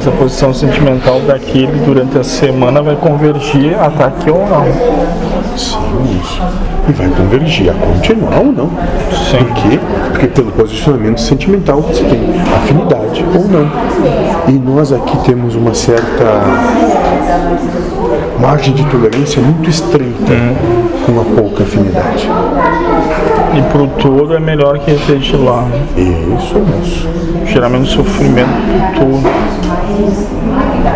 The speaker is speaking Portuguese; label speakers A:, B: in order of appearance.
A: Essa posição sentimental daquele durante a semana vai convergir ataque ou não.
B: Sim, isso. E vai convergir a continuar ou não.
A: Sim.
B: Por quê? Porque pelo posicionamento sentimental você tem afinidade ou não. E nós aqui temos uma certa margem de tolerância muito estreita com uma pouca afinidade.
A: E pro todo é melhor que refletilar. né?
B: Isso, moço.
A: Gerar menos sofrimento pro todo.